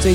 最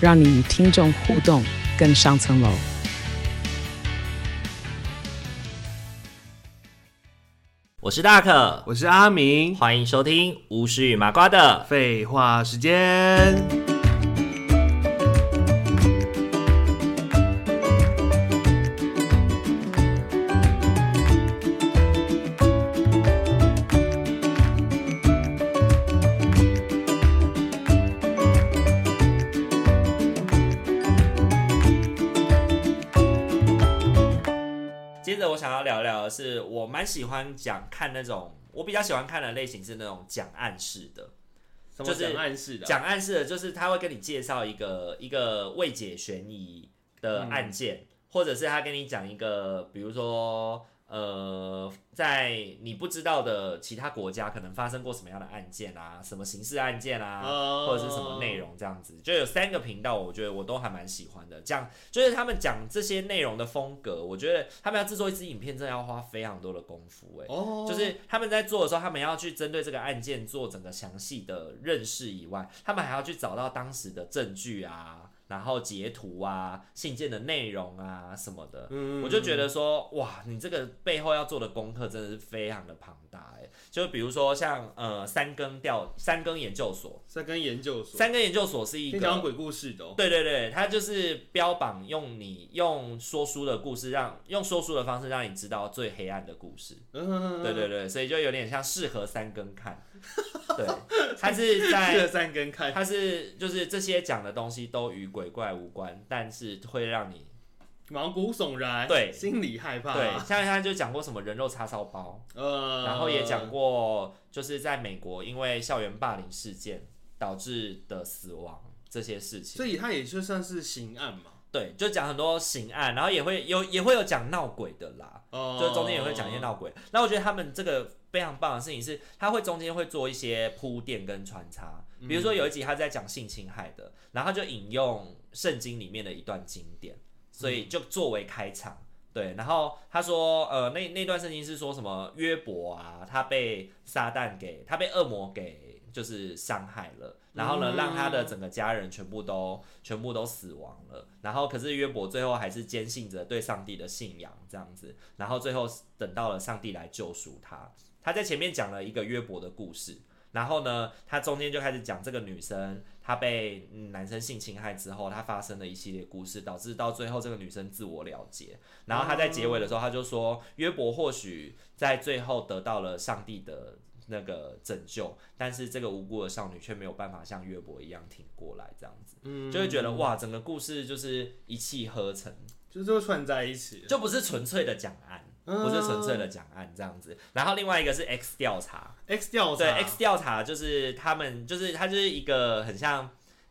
让你与听众互动更上层楼。我是大可，我是阿明，欢迎收听巫师与麻瓜的。废话时间。接着我想要聊聊的是，我蛮喜欢讲看那种，我比较喜欢看的类型是那种讲暗示的，什么讲暗示讲暗示的啊就是他会跟你介绍一个一个未解悬疑的案件，或者是他跟你讲一个，比如说呃，在你不知道的其他国家可能发生过什么样的案件啊，什么刑事案件啊，哦或者是什么内容这样子，就有三个频道，我觉得我都还蛮喜欢的。讲就是他们讲这些内容的风格，我觉得他们要制作一支影片，真的要花非常多的功夫、欸，哦就是他们在做的时候，他们要去针对这个案件做整个详细的认识以外，他们还要去找到当时的证据啊，然后截图啊、信件的内容啊什么的。嗯我就觉得说，哇，你这个背后要做的功课真的是非常的庞大哎、就比如说像呃三更调三更研究所，在跟研究所，三更研究所是一听个讲鬼故事的哦。对对对，他就是标榜用你用说书的故事让用说书的方式让你知道最黑暗的故事。嗯对对对，所以就有点像适合三更 看。对，他是吃了在三根看，他是就是这些讲的东西都与鬼怪无关，但是会让你毛骨悚然，对心里害怕，对，像他就讲过什么人肉叉烧包，呃，然后也讲过就是在美国因为校园霸凌事件导致的死亡这些事情。所以他也就算是刑案嘛，对，就讲很多刑案，然后也会有也会有讲闹鬼的啦，哦，就中间也会讲一些闹鬼。那我觉得他们这个非常棒的事情是，他会中间会做一些铺垫跟穿插，比如说有一集他在讲性侵害的，然后他就引用圣经里面的一段经典，所以就作为开场。对，然后他说，呃，那那段圣经是说什么约伯啊，他被撒旦给他被恶魔给就是伤害了，然后呢，嗯让他的整个家人全部都全部都死亡了，然后可是约伯最后还是坚信着对上帝的信仰这样子，然后最后等到了上帝来救赎他。他在前面讲了一个约伯的故事，然后呢，他中间就开始讲这个女生她被嗯男生性侵害之后，她发生的一系列故事，导致到最后这个女生自我了结。然后他在结尾的时候，他就说约伯或许在最后得到了上帝的那个拯救，但是这个无辜的少女却没有办法像约伯一样挺过来，这样子嗯就会觉得哇，整个故事就是一气呵成，就是会串在一起，就不是纯粹的讲案，嗯不是纯粹的讲案这样子。然后另外一个是 X 调查， X 调查对 X 调查就是他们就是他就是一个很像。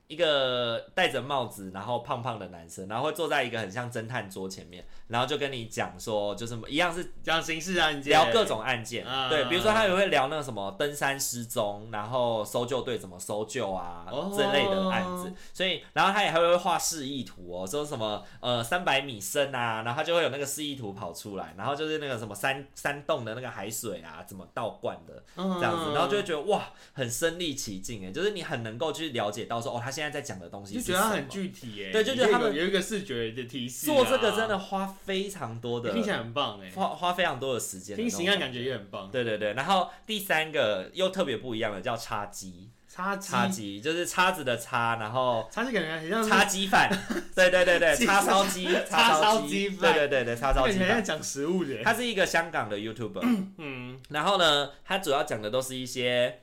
一个戴着帽子，然后胖胖的男生，然后会坐在一个很像侦探桌前面，然后就跟你讲说，就是什么一样是讲刑事案件，聊各种案件，啊对，比如说他也会聊那个什么登山失踪，然后搜救队怎么搜救啊、哦这类的案子，所以然后他也还会画示意图哦，说什么呃三百米深啊，然后他就会有那个示意图跑出来，然后就是那个什么山山洞的那个海水啊怎么倒灌的这这样子，然后就会觉得哇很身临其境哎，就是你很能够去了解到说哦他现在在讲的东西就是觉得他什很么具体啊耶，对就觉得他们有有一个视觉的提示啊，做这个真的花非常多的听起来很棒哎，花花非常多的时间的那听种刑案感觉也很棒，对对对，然后第三个又特别不一样的叫叉鸡，叉鸡叉鸡就是叉子的叉，然后叉鸡感觉很像是叉鸡 饭，对对对对，鸡叉烧鸡，叉烧鸡对饭对对对，叉烧感鸡觉很像饭。哎讲食物的，他是一个香港的 YouTuber，、嗯，然后呢，他主要讲的都是一些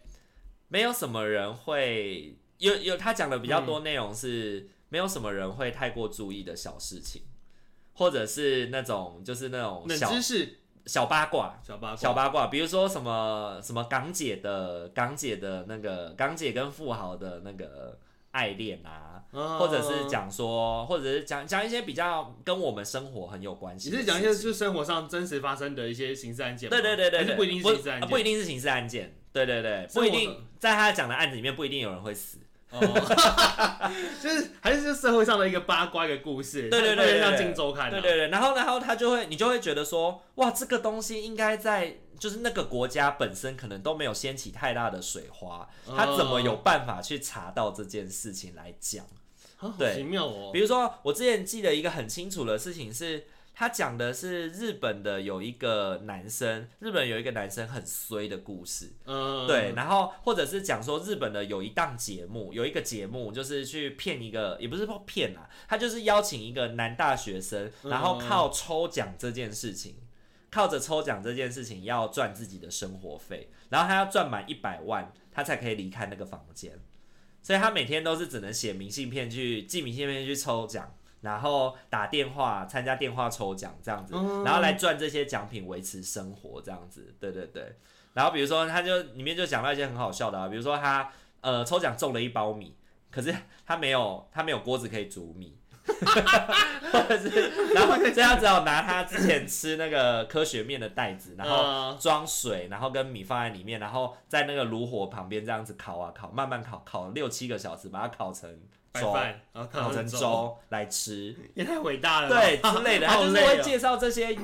没有什么人会有有他讲的比较多嗯内容是没有什么人会太过注意的小事情，或者是那种就是那种冷小知识小八卦，小八卦小八卦，比如说什么什么港姐的港姐的那个港姐跟富豪的那个爱恋啊，或或者嗯是，讲说，或者是讲讲一些比较跟我们生活很有关系你的事是情。讲一些就是生活上真实发生的一些刑事案件吗，对对对对还对，是不一定是刑事案不件，啊不一定是刑事案件。对对对，生不活一的定在他讲的案子里面不一定有人会死。哦， 就是还是社会上的一个八卦一个故事，对对对对对像《镜周刊》啊，对对对，然后然后他就会你就会觉得说，哇，这个东西应该在就是那个国家本身可能都没有掀起太大的水花，哦他怎么有办法去查到这件事情来讲？啊，好对奇妙哦，比如说，我之前记得一个很清楚的事情是，他讲的是日本的有一个男生，日本有一个男生很衰的故事。嗯，对，，然后或者是讲说日本的有一档节目，有一个节目就是去骗一个，也不是说骗啊，他就是邀请一个男大学嗯生，然后靠抽奖这件事情，靠着抽奖这件事情要赚自己的生活费，然后他要赚满一百万，他才可以离开那个房间，所以他每天都是只能写明信片去寄明信片去抽奖。然后打电话参加电话抽奖这样子，嗯然后来赚这些奖品维持生活这样子，对对对。然后比如说，他就里面就讲到一些很好笑的、啊，比如说他呃抽奖中了一包米，可是他没有他没有锅子可以煮米， 或者是然后所以他只好拿他之前吃那个科学面的袋子，然后后装水，然后跟米放在里面，然后在那个炉火旁边这样子烤啊烤，慢慢烤，烤六七个小时，把它烤成白粥，饭，啊嗯然后烤成，粥来吃。也太伟大了吧，对之 类的，他好就是累会哦介绍这些。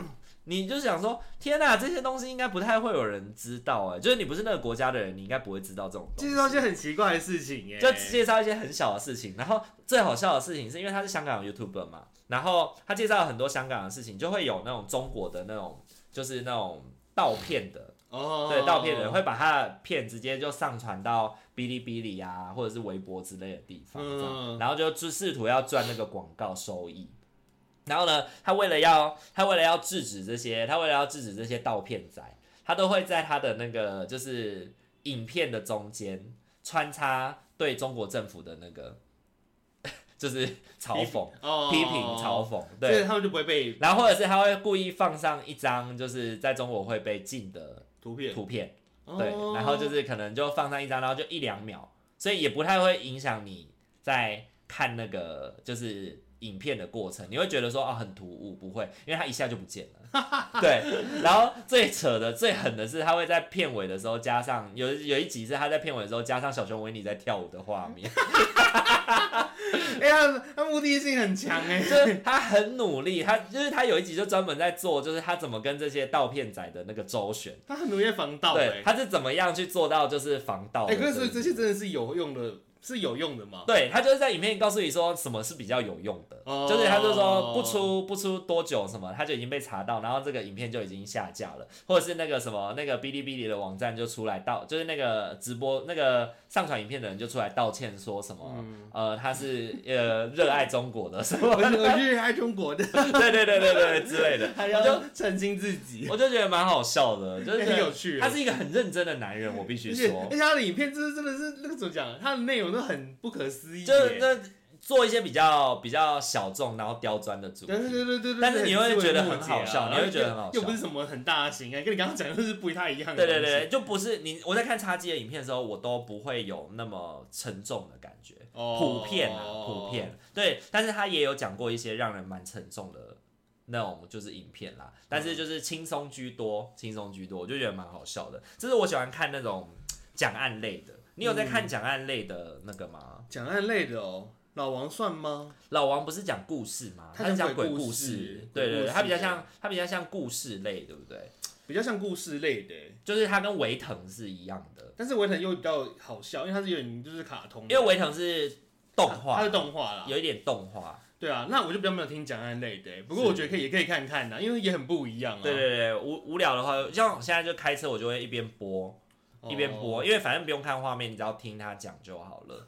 你就想说，天哪、这些东西应该不太会有人知道哎、就是你不是那个国家的人，你应该不会知道这种东介西。绍一些很奇怪的事情耶，就介绍一些很小的事情，然后最好笑的事情是因为他是香港的 YouTuber 嘛，然后他介绍了很多香港的事情，就会有那种中国的那种，就是那种盗片的，哦，对，盗片的人会把他的片直接就上传到哔哩哔哩啊，或者是微博之类的地方，这样嗯然后就就试图要赚那个广告收益。然后呢，他为了要他为了要制止这些，他为了要制止这些盗片仔，他都会在他的那个就是影片的中间穿插对中国政府的那个 就是嘲讽、哦批评、嘲，讽，对，所以他们就不会被然后或者是他会故意放上一张就是在中国会被禁的图片，图片。哦对，然后就是可能就放上一张，然后就一两秒，所以也不太会影响你在看那个就是影片的过程，你会觉得说哦很突兀，不会，因为它一下就不见了。 对，然后最扯的、最狠的是，他会在片尾的时候加上有有一集是他在片尾的时候加上小熊维尼在跳舞的画 面，哎呀，他目的性很强哎，就是他很努力，他就是他有一集就专门在做，就是他怎么跟这些盗片仔的那个周旋，他很努力防盗对哎，，他是怎么样去做到就是防盗的哎，这个。可是这些真的是有用的，是有用的吗？对他就是在影片告诉你说什么是比较有用的，哦就是他就说不出不出多久什么他就已经被查到，然后这个影片就已经下架了，或者是那个什么那个哔哩哔哩的网站就出来道，就是那个直播那个上传影片的人就出来道歉说什嗯么、呃他是呃热爱中国的什 么，我我去爱中国的，对对对对对之类的，还我就要澄清自己，我就觉得蛮好笑的，就是觉得很有趣哎他是一个很认真的男人，我必须而且说而且，他的影片就是真的是那个怎么讲，他的内容都很不可思议耶，就是那做一些比较比较小众然后刁钻的主题对。对对对对对，但是你会觉得很好笑很你会觉得很好笑又不是什么很大的型啊，跟你刚刚讲的就是不太一样的对对东西对，，就不是你我在看叉鸡的影片的时候，我都不会有那么沉重的感觉，哦普遍啊，普遍。对，但是他也有讲过一些让人蛮沉重的那种就是影片啦，但嗯是就是轻松居多，轻松居多，我就觉得蛮好笑的。就是我喜欢看那种讲案类的，你有在嗯看讲案类的那个吗？讲案类的哦，老王算吗？老王不是讲故事吗？他是讲讲鬼鬼故事事，对对鬼故对，事他比较像他比较像故事类，对不对？比较像故事类的耶，就是他跟维腾是一样的。但是维腾又比较好笑，因为它是有点就是卡通的，因为维腾是动画，它是动画啦，有一点动画。对啊，那我就比较没有听讲案类的耶，不过是我觉得可以也可以看看啦，因为也很不一样啊，对对对，无无聊的话，像我现在就开车，我就会一边播哦，一边播，因为反正不用看画面，你只要听他讲就好了。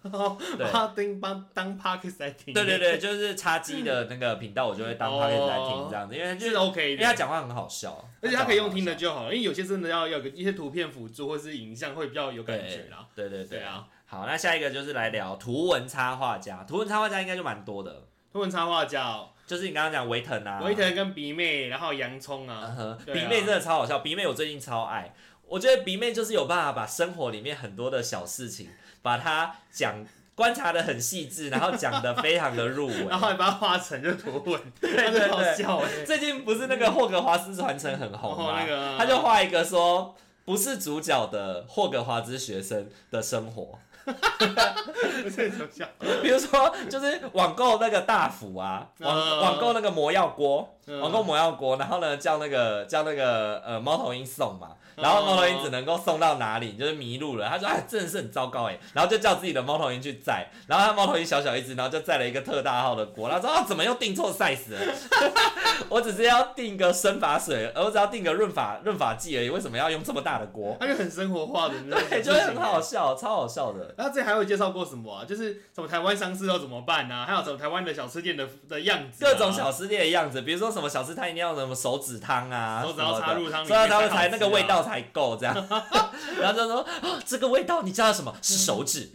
对把它当当当 parkes 在听，对对，对，就是叉机的那个频道，我就会当哦 p o d 来听这样子，因为就是 OK 因的，为他讲话很好笑，哦而且他可以用听的讲就好了，因为有些真的要要有个一些图片辅助或是影像会比较有话很感好笑觉啦。对对对对。啊，好，那下一个就是来聊图文插画家，图文插画家应该就蛮多的，图文插画家哦，就是你刚刚讲维腾啊，维腾跟鼻妹，然后洋葱嗯啊，哼，对鼻啊妹真的超好笑，鼻妹我最近超爱。我觉得鼻妹就是有办法把生活里面很多的小事情，把它讲观察的很细致，然后讲的非常的入微。 然后还把它画成就图文，对对对好笑哎、最近不是那个霍格华兹传承很红哦吗？那个他就画一个说不是主角的霍格华兹学生的生活，不是很笑， 比如说就是网购那个大釜啊，网、嗯网购那个魔药锅，嗯网购魔药锅，然后呢叫那个叫那个呃猫头鹰送嘛，然后嗯猫头鹰只能够送到哪里，就是迷路了。他说哎真的是很糟糕哎，然后就叫自己的猫头鹰去载，然后他猫头鹰小小一只，然后就载了一个特大号的锅，然后说啊怎么又订错 size 了？ 我只是要订个生发水，呃我只要订个润发润发剂而已，为什么要用这么大的 锅？他就很生活化的那种，对，就会很欸好。笑，超好笑的。然后这还有介绍过什么啊？就是什么台湾商市要怎么办啊？还有什么台湾的小吃店的的样子啊、各种小吃店的样子，比如说什么小吃摊一定要什么手指汤啊，手指要什么的插入汤里面手指汤才才好吃啊那个味道才够这样。 然后就说、哦、这个味道你叫它什么？是手 指。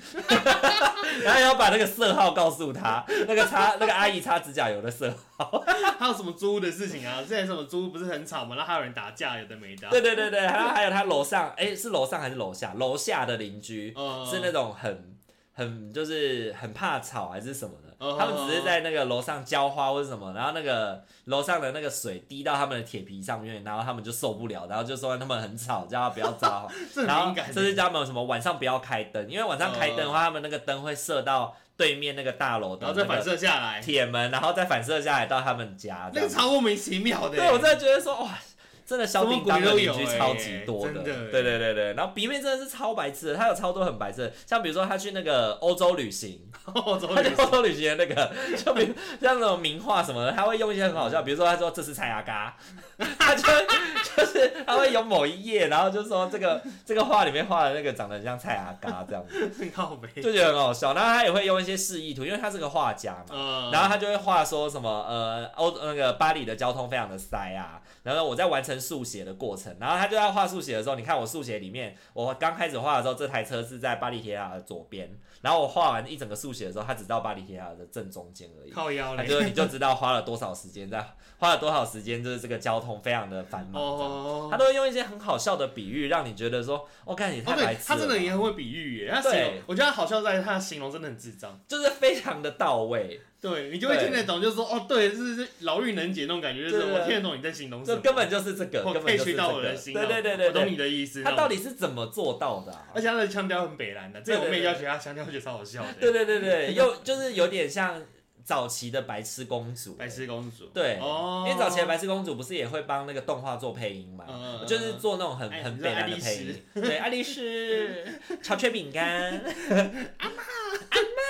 然后要把那个色号告诉他，那个擦那个阿姨擦指甲油的色号。还有什么租的事情啊？之前什么租不是很吵吗？然后还有人打架，有的没的啊。对对对对，然后还有他楼上，哎、是楼上还是楼下？楼下的邻居、嗯是那种很。很就是很怕吵还是什么的嗯他们只是在那个楼上浇花或者什么，然后那个楼上的那个水滴到他们的铁皮上面，然后他们就受不了，然后就说他们很吵，叫他不要吵。 这然很后敏感。甚至叫他们什么晚上不要开灯，因为晚上开灯的话，他们那个灯会射到对面那个大楼的然后再那个反射下来，铁门，然后再反射下来到他们家。这那样个超莫名其妙的。对我真的觉得说哇，真的小叮当的邻居超级多什么鬼都有欸真的欸对对对对，然后鼻面真的是超白痴的，他有超多很白痴的，像比如说他去那个欧洲旅行， 我走他去远欧洲旅行的那个，就比如像那种名画什么的，他会用一些很好笑，比如说他说这是菜芽嘎，他就就是他会有某一页，然后就说这个这个画里面画的那个长得很像菜芽嘎这样子，很靠北。就觉得很好笑，然后他也会用一些示意图，因为他是个画家嘛。嗯，然后他就会画说什么呃欧那个巴黎的交通非常的塞啊，然后我在完成速写的过程，然后他就在画速写的时候，你看我速写里面，我刚开始画的时候，这台车是在巴黎铁塔的左边，然后我画完一整个速写的时候，它只到巴黎铁塔的正中间而已。靠腰他嘞。就你就知道花了多少时间在花了多少时间，就是这个交通非常的繁忙这样。哦他，都会用一些很好笑的比喻，让你觉得说，我、哦、看你哦太白痴对，了吧。他真的也很会比喻耶。他对形容，我觉得他好笑在他的形容真的很智障。就是非常的到位。对你就会听得懂，就是说哦，对，是是老妪能解那种感觉，就对是对对我听得懂你在形容什这么，根本就是这个，我根可本以就是这去到我的个。心对啊，对对对我懂对你，的意思。他那到种底是怎么做到的、啊而？且他的腔调很北蓝的，这个我对对妹对要学他腔调就超好笑嗯的。对对对对，又就是有点像早期的白痴公主、白痴公主，对，哦，因为早期的白痴公主不是也会帮那个动画做配音嘛，嗯嗯嗯就是做那种很哎很你说北爱南丽的丝配音，对，爱丽丝、 炒脆饼干，阿妈阿妈，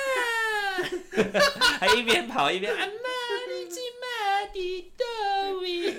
还一边跑一边阿妈，你去马的豆米，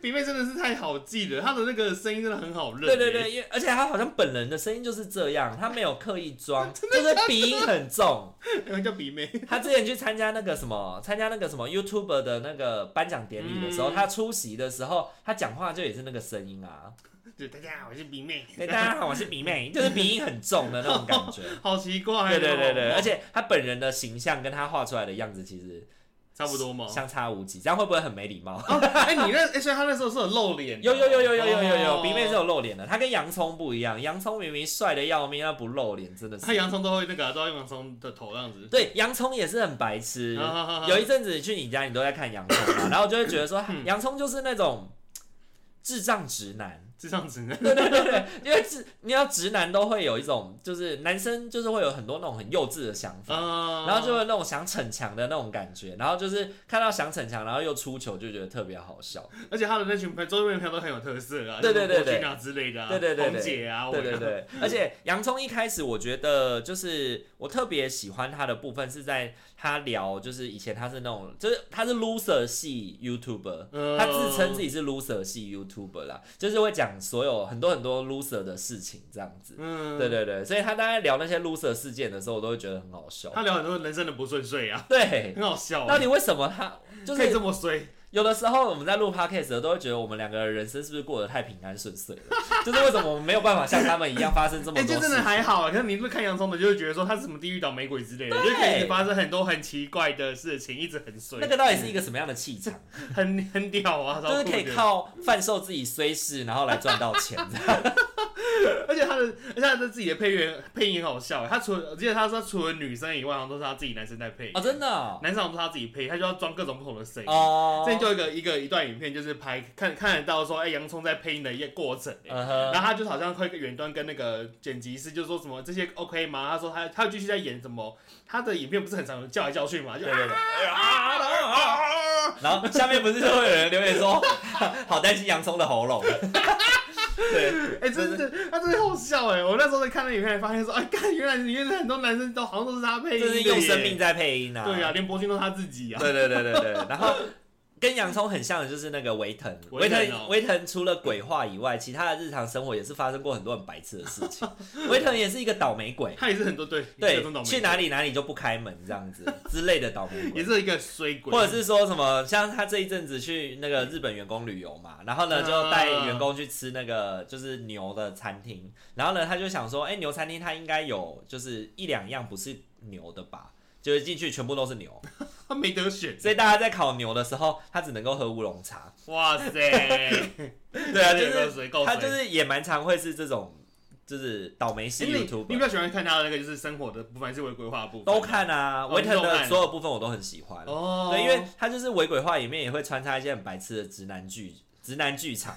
比妹真的是太好记了，她的那个声音真的很好认。对对对，，因为而且她好像本人的声音就是这样，她没有刻意 装，就是鼻音很重。然后叫比妹，他之前去参加那个什么，参加那个什么 YouTube 的那个颁奖典礼的时候，嗯他出席的时候，他讲话就也是那个声音啊。对大家好，我是比妹，对，大家好，我是迷妹，就是鼻音很重的那种感觉。好奇怪哦。对对对对，而且他本人的形象跟他画出来的样子其实差不多嘛。相差无几，这样会不会很没礼貌？哦，哎，你那哎所以她那时候是有露脸的，有有有有有有有有，哦鼻妹是有露脸的，他跟洋葱不一样，洋葱明明帅的要命，他不露脸，真的是他。洋葱都会那个啊，都要用洋葱的头这样子。对，洋葱也是很白痴，啊啊啊啊有一阵子去你家，你都在看洋葱 嘛，然后我就会觉得说，嗯洋葱就是那种智障直 男。智障直男，对对对对，因为直你要直男都会有一种，就是男生就是会有很多那种很幼稚的想法，啊然后就会那种想逞强的那种感觉，然后就是看到想逞强，然后又出糗，就觉得特别好笑。而且他的那群朋友，周围的朋友都很有特色啊，对对对对啊之类的啊，对对对对红姐啊，对我对啊，对，而且洋葱一开始我觉得就是我特别喜欢他的部分是在他聊，就是以前他是那种就是他是 loser 系 YouTuber，、嗯他自称自己是 loser 系 YouTuber 啦，就是会讲所有很多很多 loser 的事情这样子。嗯，对对对，所以他大概聊那些 loser 事件的时候，我都会觉得很好笑。他聊很多人生的不顺遂啊，对，很好笑啊，到底为什么他就可以是这么衰？有的时候我们在录 podcast 的时候都会觉得我们两个人人生是不是过得太平安顺遂了？就是为什么我们没有办法像他们一样发生这么哎，多事就真的情？还好啊，可是你是看洋葱的，就会觉得说他是什么地狱岛美鬼之类的，就可以一直发生很多很奇怪的事情，一直很衰，那个到底是一个什么样的气场？很很屌啊，就是可以超酷靠贩售自己虽事，然后来赚到钱。的而且他的，而且他的自己的配乐配音很好笑。欸他除了，我记得他说除了女生以外，好像都是他自己男生在配。哦，真的 哦男生好像都是他自己配，他就要装各种不同的声音。哦，这就一个一个一段影片，就是拍看看得到说，哎、洋葱在配音的一个过程、哎嗯哼，然后他就好像会远端跟那个剪辑师就说什么这些 OK 吗？他说他他继续在演什么，他的影片不是很常有叫来叫去嘛，就对对对啊啊啊啊啊！然后下面不是就会有人留言说，好担心洋葱的喉咙。对，哎、真的，他真的好笑哎！我那时候在看那影片，发现说，哎，看原来里面很多男生都好像都是他配音这的是耶，用生命在配音啊。对啊，连博君都他自己啊。对对对对对，然后。跟洋葱很像的就是那个维腾，维维腾哦腾维腾除了鬼话以外，其他的日常生活也是发生过很多很白痴的事情。维腾也是一个倒霉鬼，他也是很多对对，去去哪里里哪里就不开门这样子之类的倒霉鬼，也是一个衰鬼，或者是说什么像他这一阵子去那个日本员工旅游嘛，然后呢就带啊员工去吃那嗯个就是牛的餐厅，然后呢他就想说，哎、牛餐厅它应该有就是一两样不是牛的吧，就是进去全部都是牛，他没得选，所以大家在烤牛的时候，他只能够喝乌龙茶。哇 塞，对啊，就这个是水够哎他水。就是也蛮常会是这种，就是倒霉系哎你你比 YouTube 较喜欢看他的那个就是生活的部分，还是违规划的部分？都看啊，哦维腾你都的看所有部分我都很喜欢。哦，对，因为他就是违鬼话里面也会穿插一些很白痴的直男剧、直男剧 场，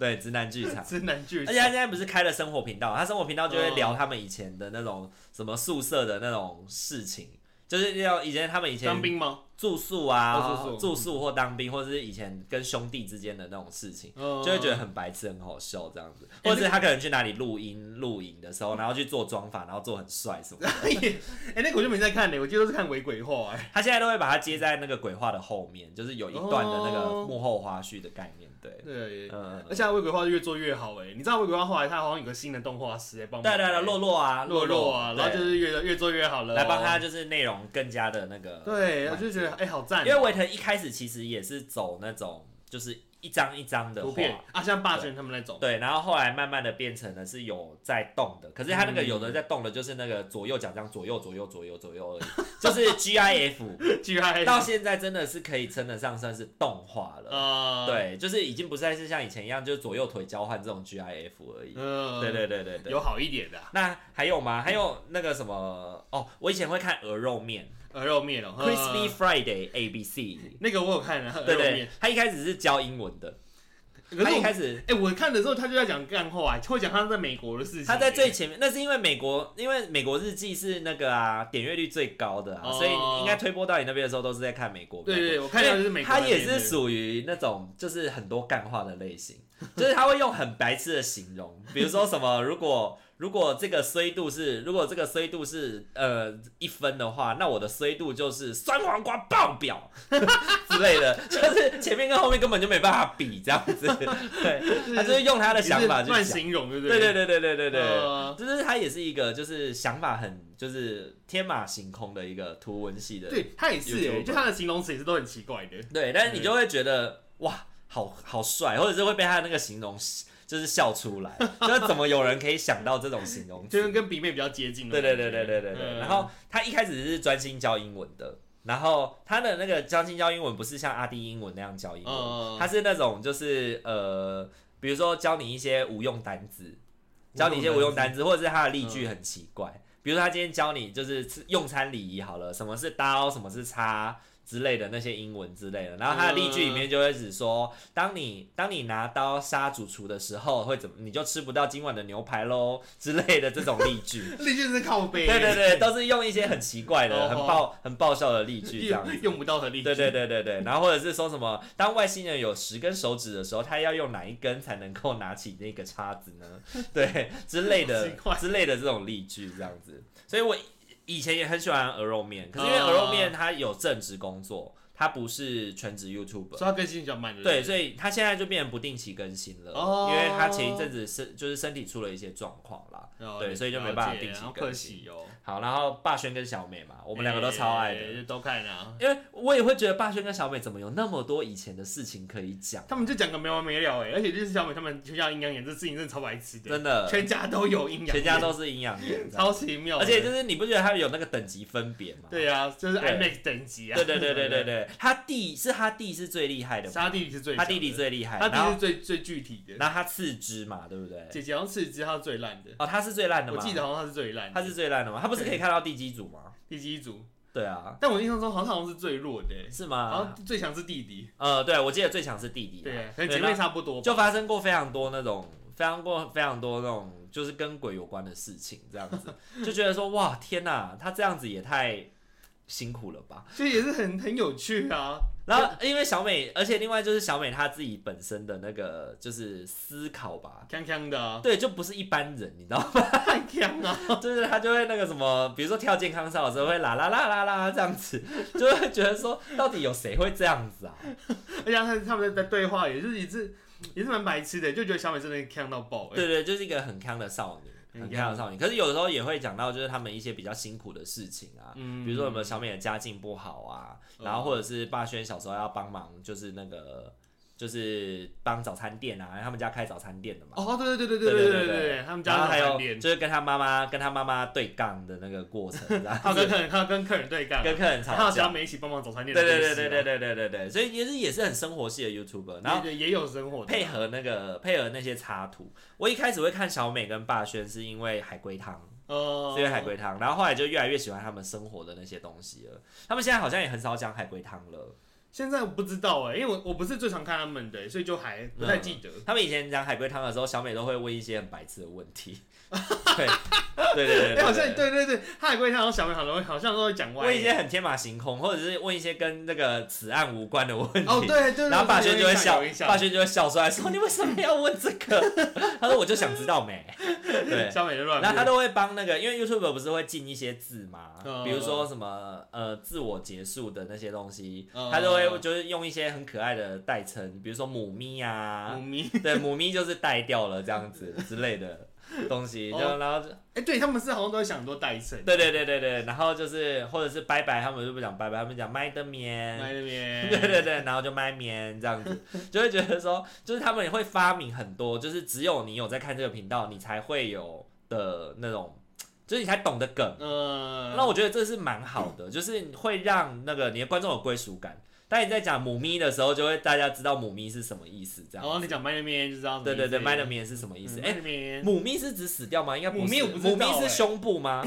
对，直男剧场。直男剧而且他现在不是开了生活频道，他生活频道就嗯会聊他们以前的那种什么宿舍的那种事情，就是要以前他们以前当兵吗？住宿啊、哦住宿住宿或当兵，或者是以前跟兄弟之间的那种事情，就就会 觉得很白痴、很好笑这样子。哎或者是他可能去哪里录音、录影的时候，然后去做妆发，然后做很帅什么的。哎、那个我就没在看嘞、我记得都是看违鬼话、哎，他现在都会把它接在那个鬼话的后面，就是有一段的那个哦幕后花絮的概念。对，对，嗯，而且他违鬼话越做越好哎、你知道违鬼话后来他好像有个新的动画师哎、帮忙对对对，洛洛啊，洛洛啊，对然后就是越越做越好了哦、来帮他，就是内容更加的那个。对，我就觉得哎、好赞哦、因为维腾一开始其实也是走那种就是一张一张的图画。片啊，像霸权他们那种，对，然后后来慢慢的变成了是有在动的，可是他那个嗯有的在动的，就是那个左右脚这样左右左右左右左 右而已，就是 GIF，居然还到现在真的是可以称得上算是动画了。呃，对，就是已经不再是像以前一样，就是左右腿交换这种 GIF 而已。嗯，对对对对对。有好一点的啊那还有吗？还有那个什么哦，我以前会看鹅肉面鹅肉面哦、呃，Crispy Friday A B C，那个我有看啊，鹅对肉对面，，他一开始是教英文的，可他是一我开始哎、我看的时候他就在讲干话、哎会讲他在美国的事情、他在哎最前面，那是因为美国，因为美国日记是那个啊点阅率最高的啊，哦所以应该推播到你那边的时候都是在看美国。对对对我看到就是美国他那边也是属于那种就是很多干话的类型，就是他会用很白痴的形容，比如说什么如果。如果这个衰度是，如果这个衰度是呃一分的话，那我的衰度就是酸黄瓜爆表之类的，就是前面跟后面根本就没办法比这样子。 对，他就是用他的想法也去是乱讲。形容，对不对对对对对对对对，呃就是他也是一个就是想法很就是天马行空的一个图文系的，对，他也是、哎 YouTuber 就他的形容词也是都很奇怪的。对，但是你就会觉得哇，好好帅，或者是会被他那个形容就是笑出 来，就是怎么有人可以想到这种形容就词跟？跟比妹比较接近的对感对觉。对对对对对。嗯然后他一开始是专心教英文的。然后他的那个专心教英文不是像阿弟英文那样教英文，嗯嗯嗯他是那种就是呃，比如说教你一些无用单字，教你一些无用单字，或者是他的例句很奇怪。比如说他今天教你就是吃用餐礼仪好了，什么是刀，什么是叉之类的那些英文之类的，然后他的例句里面就会只说，当你当你拿刀杀主厨的时候会怎么，你就吃不到今晚的牛排喽之类的这种例 句。例句是靠背，欸对对对，都是用一些很奇怪的、哦很爆、很爆笑的例句这样子用。用不到的例句。对对对对对，然后或者是说什么，当外星人有十根手指的时候，他要用哪一根才能够拿起那个叉子 呢？对，之类的奇怪之类的这种例句这样子。所以我以前也很喜欢鹅肉面，可是因为鹅肉面他有正职工作，他不是全职 YouTuber。所以它更新比较慢的。对，所以他现在就变成不定期更新了，哦因为他前一阵子是就是身体出了一些状况啦。哦对所以就没办法了解定期好可更新惜哦。好，然后霸轩跟小美嘛，我们两个都超爱的，哎都看啊。因为我也会觉得霸轩跟小美怎么有那么多以前的事情可以讲，他们就讲个没完没了哎，而且就是小美他们全家阴阳眼这事情真的超白痴的，真的，全家都有阴阳眼，全家都是营养眼，超奇妙的，而且就是你不觉得他们有那个等级分别吗？对啊，就是对 IMAX 等级啊，对对对对对对对，他弟是他弟是最厉害的嘛，他弟弟是最他强弟弟的，最厉害，他然弟弟后是最最具体的。然后他次之嘛，对不对？姐姐好像四肢他是最烂的，哦，他是最烂的我吗？记得好像他是最烂的，他是最烂的吗？他不是可以看到第几组吗？第几组？对啊，但我印象中好像好像是最弱的欸，是好吗？像最强是弟弟，呃，对，我记得最强是弟弟啊，对，可对能姐妹那差不多吧。就发生过非常多那种，非常过非常多那种，就是跟鬼有关的事情，这样子 就觉得说，哇，天哪，他这样子也太辛苦了吧。所以也是很很有趣啊。然后因为小美，而且另外就是小美她自己本身的那个就是思考吧，锵锵的、啊，对，就不是一般人，你知道吗？ 太锵啊！就是她就会那个什么，比如说跳健康操的时候会啦啦啦啦啦这样子，就会觉得说，到底有谁会这样子啊？而且他们他们在对话，也是也是也是蛮白痴的，就觉得小美真的锵到爆、欸。对对，就是一个很康的少女，很很康的康少女。可是有的时候也会讲到，就是他们一些比较辛苦的事情啊，嗯比如说有没有小美的家境不好啊，嗯然后或者是霸轩小时候要帮忙，就是那个就是帮早餐店啊，因为他们家开早餐店的嘛。哦，对对对对对对对对对对对对对，他们然家后的还饭有店，就是跟他妈妈跟他妈妈对杠的那个过程，这 样还有子跟客人，还有跟客人对干，啊跟客人还吵有小架。美一起帮忙早餐对店的故事对啊。对对对对对对对，所以也是也是很生活系的 YouTuber，然后也也有生活的配合那个配合那些插图。我一开始会看小美跟霸轩，是因为海龟汤，呃，是因为海龟汤，然后后来就越来越喜欢他们生活的那些东西了。他们现在好像也很少讲海龟汤了，现在我不知道哎、因为我我不是最常看他们的、欸所以就还不嗯太记得。他们以前讲海龟汤的时候，小美都会问一些很白痴的问 题。对对对对哎、对，好像对对对，他海龟汤和小美好像好像都会讲歪、问一些很天马行空，或者是问一些跟那个此案无关的问题。哦，对对对，然后霸对轩有就会印象笑有印，象霸轩就会笑出来说：“你为什么要问这个？” 他说：“我就想知道没。”对，小美就乱然编，后他都会帮那个，因为 YouTube 不是会进一些字嘛，嗯比如说什么呃自我结束的那些东西，嗯他都会就是用一些很可爱的代称，比如说母咪啊母，咪，对，母咪就是带掉了这样子之类的东西，就哦然后就哎、对他们是好像都会想很多代称，对对对对对，然后就是或者是拜拜，他们就不讲拜拜，他们讲麦的麦棉。那边，对对对，然后就麦棉这样子，就会觉得说，就是他们也会发明很多，就是只有你有在看这个频道，你才会有的那种，就是你才懂得梗，呃，那我觉得这是蛮好的，就是会让那个你的观众有归属感。当你在讲母咪的时候，就会大家知道母咪是什么意思，这然后样哦你子。讲麦那边就知道什么对意思，对对，麦的棉是什么意意思？麦哎，那边，母咪是指死掉吗？应该不母咪是，我不知母道咪是哎胸部 吗？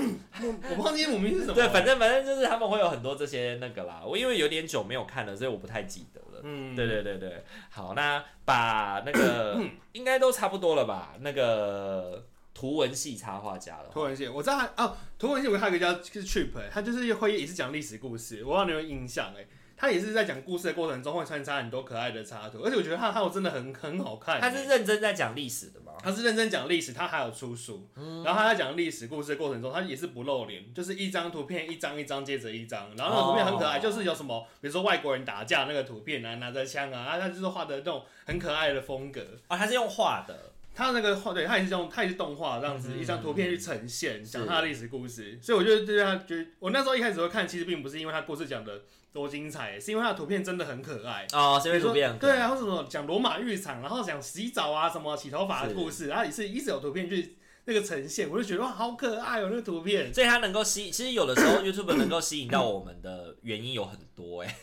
我忘记母咪是什么，对，反正反正就是他们会有很多这些那个啦。我因为有点久没有看了，所以我不太记得了。嗯，对对对对，好，那把那个 应该都差不多了吧？那个图文系插画家的话图文系，我知道他哦，图文系我看有一个叫是 Trip，欸他就是会也是讲历史故事，我忘了有没有印象哎，他也是在讲故事的过程中会穿插很多可爱的插图，而且我觉得他他有真的很很好看欸，他是认真在讲历史的吗？他是认真讲历史，他还有出书，嗯然后他在讲历史故事的过程中，他也是不露脸，就是一张图片一张一张接着一张，然后那个图片很可爱，哦就是有什么，比如说外国人打架那个图片啊，拿着枪啊，啊他就是画的那种很可爱的风格。哦，他是用画的。他那个画，对他也是用，他也是动画这样子，一张图片去呈现是讲他的历史故事，所以我就对他觉得，我那时候一开始会看，其实并不是因为他故事讲的多精彩，是因为他的图片真的很可爱。哦，是因为比如说图片很可对爱啊，或者什么讲罗马浴场，然后讲洗澡啊，什么洗头发的故事，然啊后也是一直有图片去那个呈现，我就觉得哇，好可爱哦、那个图片。 所以它能够吸，其实有的时候 YouTube 能够吸引到我们的原因有很多哎、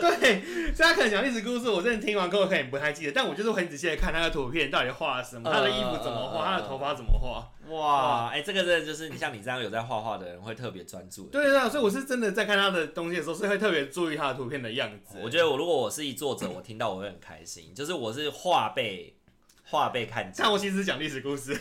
对，所以他可能讲历史故事，我真的听完过后可能不太记得，但我就是很仔细的看他的图片到底画了什么，呃他的衣服怎么呃画，他的头发怎么画。哇，哎、这个真的就是像你这样有在画画的人会特别专注的。对对对，所以我是真的在看他的东西的时候，是会特别注意他的图片的样子。我觉得我如果我是一作者，我听到我会很开心，就是我是画被画被看见像，我其实是讲历史故事，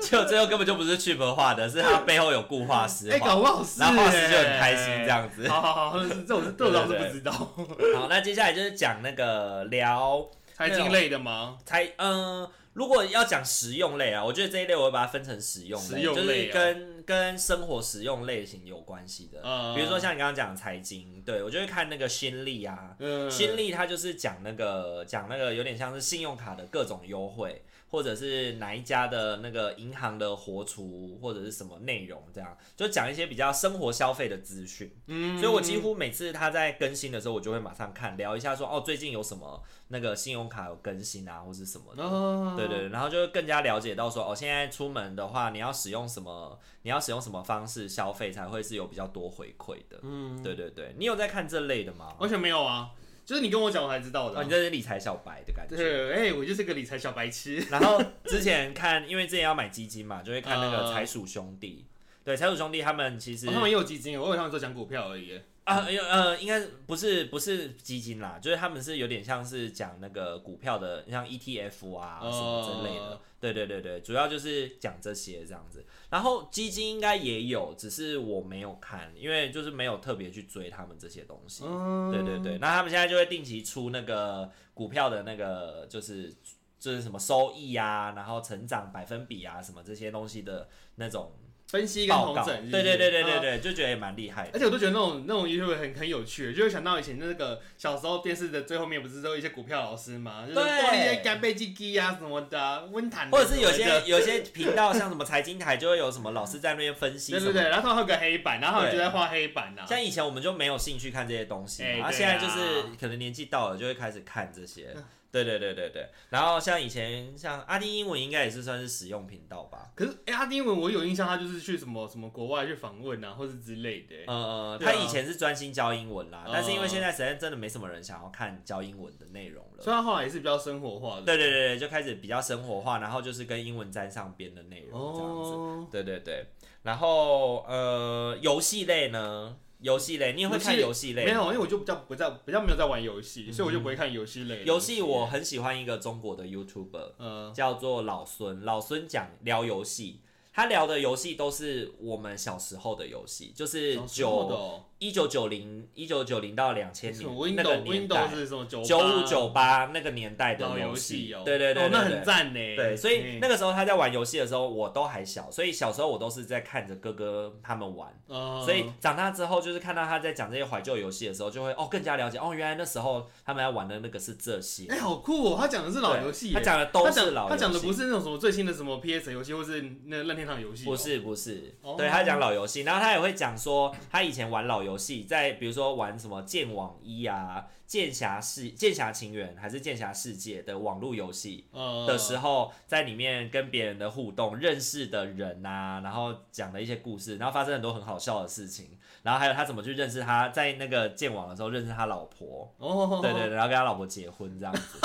结果最后根本就不是剧本画的，是他背后有固画师哎、画。搞不哎好是、欸，然后画师就很开心这样子好好好，这我是这我倒是不知道， 好，那接下来就是讲那个聊财经类的吗？才嗯、如果要讲实用类啊，我觉得这一类我会把它分成实用类，实用类就是啊跟跟生活实用类型有关系的。嗯比如说像你刚刚讲的财经，对我就会看那个新力啊，嗯新力它就是讲那个讲那个有点像是信用卡的各种优惠，或者是哪一家的那个银行的活储或者是什么内容，这样就讲一些比较生活消费的资讯。嗯所以我几乎每次他在更新的时候，我就会马上看，聊一下说哦，最近有什么那个信用卡有更新啊，或是什么的。哦，对对，对然后就会更加了解到说，哦，现在出门的话，你要使用什么，你要使用什么方式消费才会是有比较多回馈的。嗯，对对对，你有在看这类的吗？完全没有啊，就是你跟我讲我才知道的啊、哦，你这是理财小白的感觉。对，哎、我就是个理财小白痴。然后之前看，因为之前要买基金嘛，就会看那个呃财鼠兄弟。对，财鼠兄弟他们其实哦他们也有基金，我以为他们都讲股票而已。啊，有呃，应该不是不是基金啦，就是他们是有点像是讲那个股票的，像 ETF 啊什么之类的哦。对对对对，主要就是讲这些这样子。然后基金应该也有，只是我没有看，因为就是没有特别去追他们这些东西。嗯，对对对，那他们现在就会定期出那个股票的那个，就是就是什么收益啊，然后成长百分比啊，什么这些东西的那种分析跟报同告。整，对对对对对嗯对，就觉得也蛮厉害的。而且我都觉得那种那种 YouTube 很很有趣，就会想到以前那个小时候电视的最后面不是都有一些股票老师嘛，就是对做一些干贝鸡鸡啊什么的啊，温坦的或者是有什么些的有些频道，像什么财经台，就会有什么老师在那边分析对什对么。对，然后他们还有个黑板，然后他们对就在画黑板呐、啊。像以前我们就没有兴趣看这些东西嘛，哎然后对现在就啊嗯是可能年纪到了，就会开始看这些。对对对对对。然后像以前像阿丁英文，应该也是算是实用频道吧。可是哎、阿丁文我有印象，他就是去什么什么国外去访问啊，或是之类的、呃，对啊他以前是专心教英文啦，嗯但是因为现在实在真的没什么人想要看教英文的内容所了。以他后来也是比较生活化的。对对对对，就开始比较生活化，然后就是跟英文沾上边的内容这样子。哦，对对对，然后呃，游戏类呢？游戏类，你也会看游戏类？没有，因为我就比较不在比较没有在玩游戏，所以我就不会看游戏类的游东西。戏，我很喜欢一个中国的 YouTuber，呃，叫做老孙。老孙讲聊游戏，他聊的游戏都是我们小时候的游戏，就是小时候的九哦一九九零一九九零到两千什么年那个 Windows 年代 Windows，是什么九九五九八那个年代老的游戏戏哦，，对对对哦对，那对很赞呢。对，所以嗯那个时候他在玩游戏的时候，我都还小，所以小时候我都是在看着哥哥他们玩。哦所以长大之后，就是看到他在讲这些怀旧游戏的时候，就会哦更加了解哦，原来那时候他们在玩的那个是这些。哎，好酷哦！他讲的是对 老游戏耶，他讲的都他是讲老游戏，他讲的不是那种什么最新的什么 PS 游戏，或是那任天堂游戏哦，不是不是，哦对他讲老游戏，然后他也会讲说他以前玩老游戏，在比如说玩什么剑网一啊、剑侠世、剑侠情缘还是剑侠世界的网络游戏，呃的时候，在里面跟别人的互动、认识的人呐、然后讲的一些故事，然后发生很多很好笑的事情，然后还有他怎么去认识他在那个见网的时候认识他老婆，哦，对对对，然后跟他老婆结婚这样子，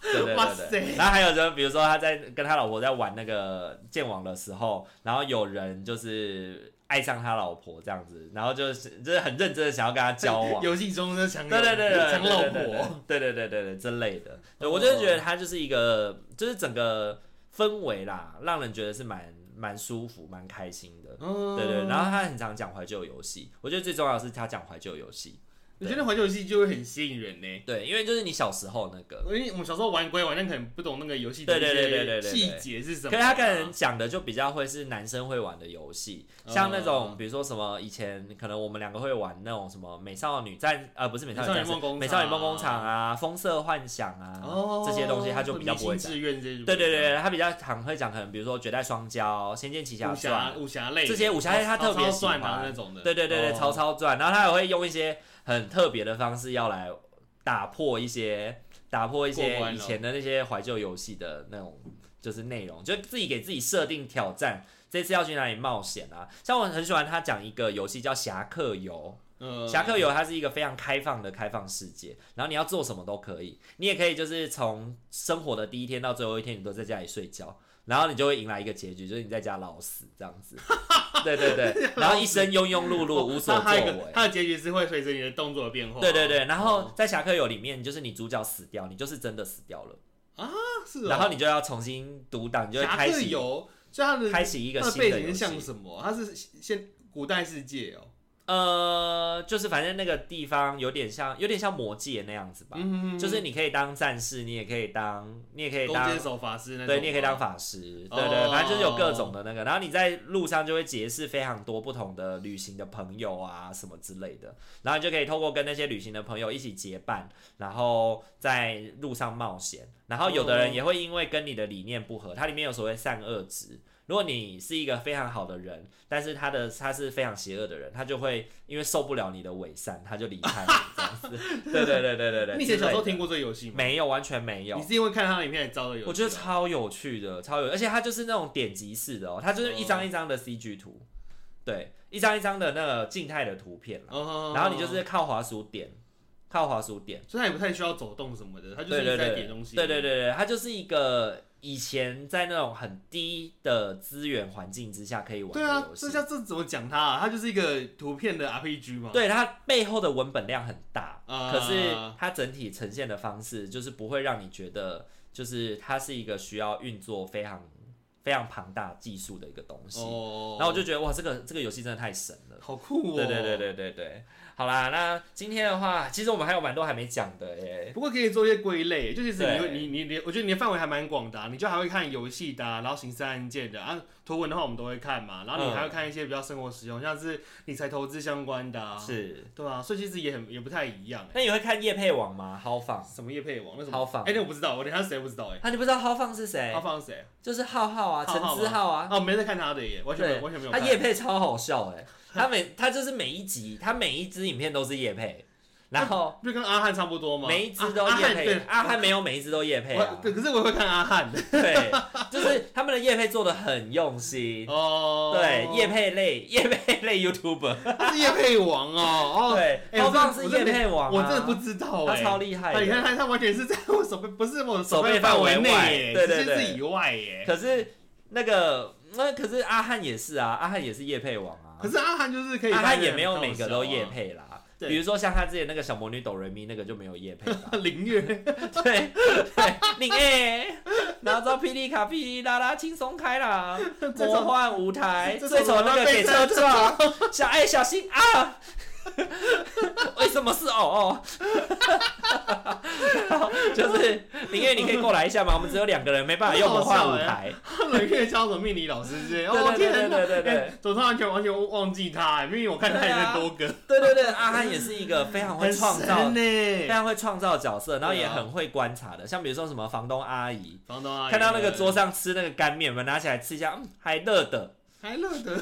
对对哇对对，塞然后还有就是比如说他在跟他老婆在玩那个见网的时候，然后有人就是爱上他老婆这样子，然后就是就是很认真的想要跟他交往，游戏中的抢对对对对，抢老对对婆，对对对对对之类的。对我就是觉得它就是一个，就是整个氛围啦，让人觉得是蛮蛮舒服、蛮开心的。嗯对对，然后他很常讲怀旧游戏，我觉得最重要的是他讲怀旧游戏。我觉得怀旧游戏就会很吸引人呢。对，因为就是你小时候那个，因为我们小时候玩归玩，但可能不懂那个游戏的对对对对对一些对对细节是什么啊。可是他可能讲的就比较会是男生会玩的游戏，嗯像那种比如说什么以前可能我们两个会玩那种什么美少女战呃不是美少女战美少女梦工士厂美少女梦工厂啊风色幻想啊哦这些东西他就比较不会明讲星。志愿这些，对对对，他比较常会讲，可能比如说《绝代双骄》《仙剑奇侠武侠传》武侠类的这些武侠类他特别曹操喜欢传啊那种的，对对对对，哦曹操传，然后他也会用一些很特别的方式要来打破一些打破一过些关以了前的那些怀旧游戏的那种就是内容，就自己给自己设定挑战，这次要去哪里冒险啊？像我很喜欢他讲一个游戏叫《侠客游》，呃侠客游它是一个非常开放的开放世界，然后你要做什么都可以，你也可以就是从生活的第一天到最后一天，你都在家里睡觉，然后你就会迎来一个结局，就是你在家老死这样子。 对对 对，然后一生庸庸碌碌，无所作那哦它有一个为。它的结局是会随着你的动作的变化。对对对，然后哦在侠客游里面，就是你主角死掉，你就是真的死掉了，是哦，然后你就要重新读档，你就会侠开客启游，所以它的开启一个它的新背的景游是戏。像什么？它是现古代世界哦，呃，就是反正那个地方有点像，有点像魔界那样子吧。嗯就是你可以当战士，你也可以当，你也可以弓当箭手法师那种吗，对，你也可以当法师，对对，哦反正就是有各种的那个。然后你在路上就会结识非常多不同的旅行的朋友啊，什么之类的。然后你就可以透过跟那些旅行的朋友一起结伴，然后在路上冒险。然后有的哦人也会因为跟你的理念不合，它里面有所谓善恶值。如果你是一个非常好的人，但是他的他是非常邪恶的人，他就会因为受不了你的伪善，他就离开你这样子。 对对对对对 对。你以前小时候之类的？听过这个游戏吗？没有，完全没有你。是因为看他的影片才知道的游戏吗？啊我觉得超有趣的，超有，而且它就是那种点击式的哦，它就是一张一张的 CG 图，对，一张一张的那个静态的图片啦，哦，然后你就是靠滑鼠点，靠滑鼠点，所以他也不太需要走动什么的，他就对是一直对在对，点东西。对对对对，它就是一个以前在那种很低的资源环境之下可以玩的对啊游，戏这，叫这怎么讲他啊？他就是一个图片的 RPG 嘛。对它背后的文本量很大，啊可是它整体呈现的方式就是不会让你觉得，就是它是一个需要运作非常非常庞大技术的一个东西。哦，然后我就觉得哇，这个这个游戏真的太神了。好酷哦。对对对。对对对，好啦，那今天的话，其实我们还有蛮多还没讲的耶。不过可以做一些归类，就其实对你会你你你，我觉得你的范围还蛮广的啊、你就还会看游戏的啊、然后刑事案件的啊，图文的话我们都会看嘛，然后你嗯还会看一些比较生活实用，像是理财投资相关的、啊，，是，对啊，所以其实也很也不太一样、欸。那你会看夜配网吗？豪放什么叶配网？那什么？豪放哎、那我不知道，我连他是谁都不知道哎、啊，你不知道豪放是谁他？放谁？就是浩浩啊，陈浩浩之吗浩啊。啊，我没在看他的耶，完全没对有，完全没有他看。夜配超好笑哎，他每他就是每一集，他每一支影片都是夜配，然后不就跟阿汉差不多吗？每一支啊都阿夜汉配对，阿汉没有每一支都夜配我啊，对，可是我也会看阿汉的对，就是他们的夜配做的很用心，哦。对，夜配类夜配类 YouTuber。 他是叶配王哦。哦，对，哎超我真的棒是我真叶的配王、啊，我真的不知道他哎，超厉害啊你看的。他，他完全是在我手背，不是我手背背范围围内外耶，对对其实对是以外耶。可是那个，那可是阿汉也是啊，阿汉也是叶配王啊。可是阿汉就是可以，阿汉也没有每个都叶夜。配啦。啊对，比如说像他之前那个小魔女哆瑞咪那个就没有叶配吧凌啊 月，对对，你哎、然后照霹雳卡霹雳啦啦轻松开啦，这魔种幻舞台这最种丑那怎个么给被车车撞，小爱小心啊！ 为什么是哦哦？然后 就是林月，你可以过来一下吗？我们只有两个人，没办法用魔幻舞台。凌月教什么命理老师之对类。哦对对天哪，对对对对哎，我突然全完全忘记他，因为我看他也很多个，对对对，阿汉也是一个非常会很创造啊神、非呢。常会创造角色，然后也对啊很会观察的。像比如说什么房东阿姨，房东啊，看到那个桌上吃那个干面，我们拿起来吃一下，嗯，还热的。 还乐啊得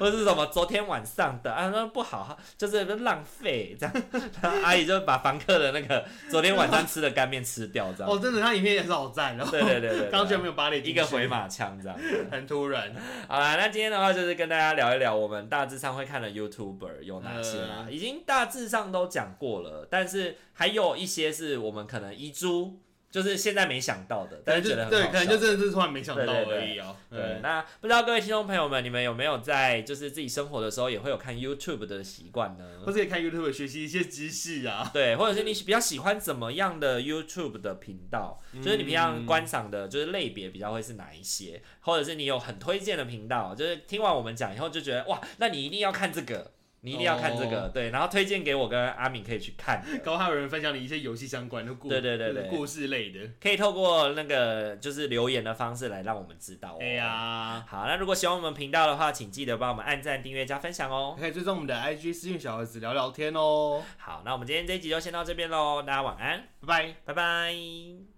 或是什么昨天晚上的啊，那不好，就是浪费这样。 然后阿姨就把房客的那个昨天晚上吃的干面吃掉，这样。哦，真的，他影片也是好赞哦。对对对对对，刚全没有把你一个回，马枪这样。很突然。 好啦，那今天的话就是跟大家聊一聊我们大致上会看的 YouTuber 有哪些啦，呃已经大致上都讲过了，但是还有一些是我们可能遗珠，就是现在没想到的，但是觉得很好对，可能笑就真的是突然没想到对对对而已哦。对，那不知道各位听众朋友们，你们有没有在就是自己生活的时候也会有看 YouTube 的习惯呢？或者也看 YouTube 学习一些知识啊。 对，或者是你比较喜欢怎么样的 YouTube 的频道，嗯就是你平常观赏的，就是类别比较会是哪一些，或者是你有很推荐的频道，就是听完我们讲以后就觉得哇，那你一定要看这个，你一定要看这哦个，对，然后推荐给我跟阿敏可以去看的。 搞不好还有人分享你一些游戏相关的故，对对对对故事类的。可以透过那个就是留言的方式来让我们知道哦。哎呀，好，那如果喜欢我们频道的话，请记得帮我们按赞、订阅、加分享哦。可以追踪我们的 IG 私讯小盒子聊聊天哦，好，那我们今天这一集就先到这边喽，大家晚安，拜拜。拜拜。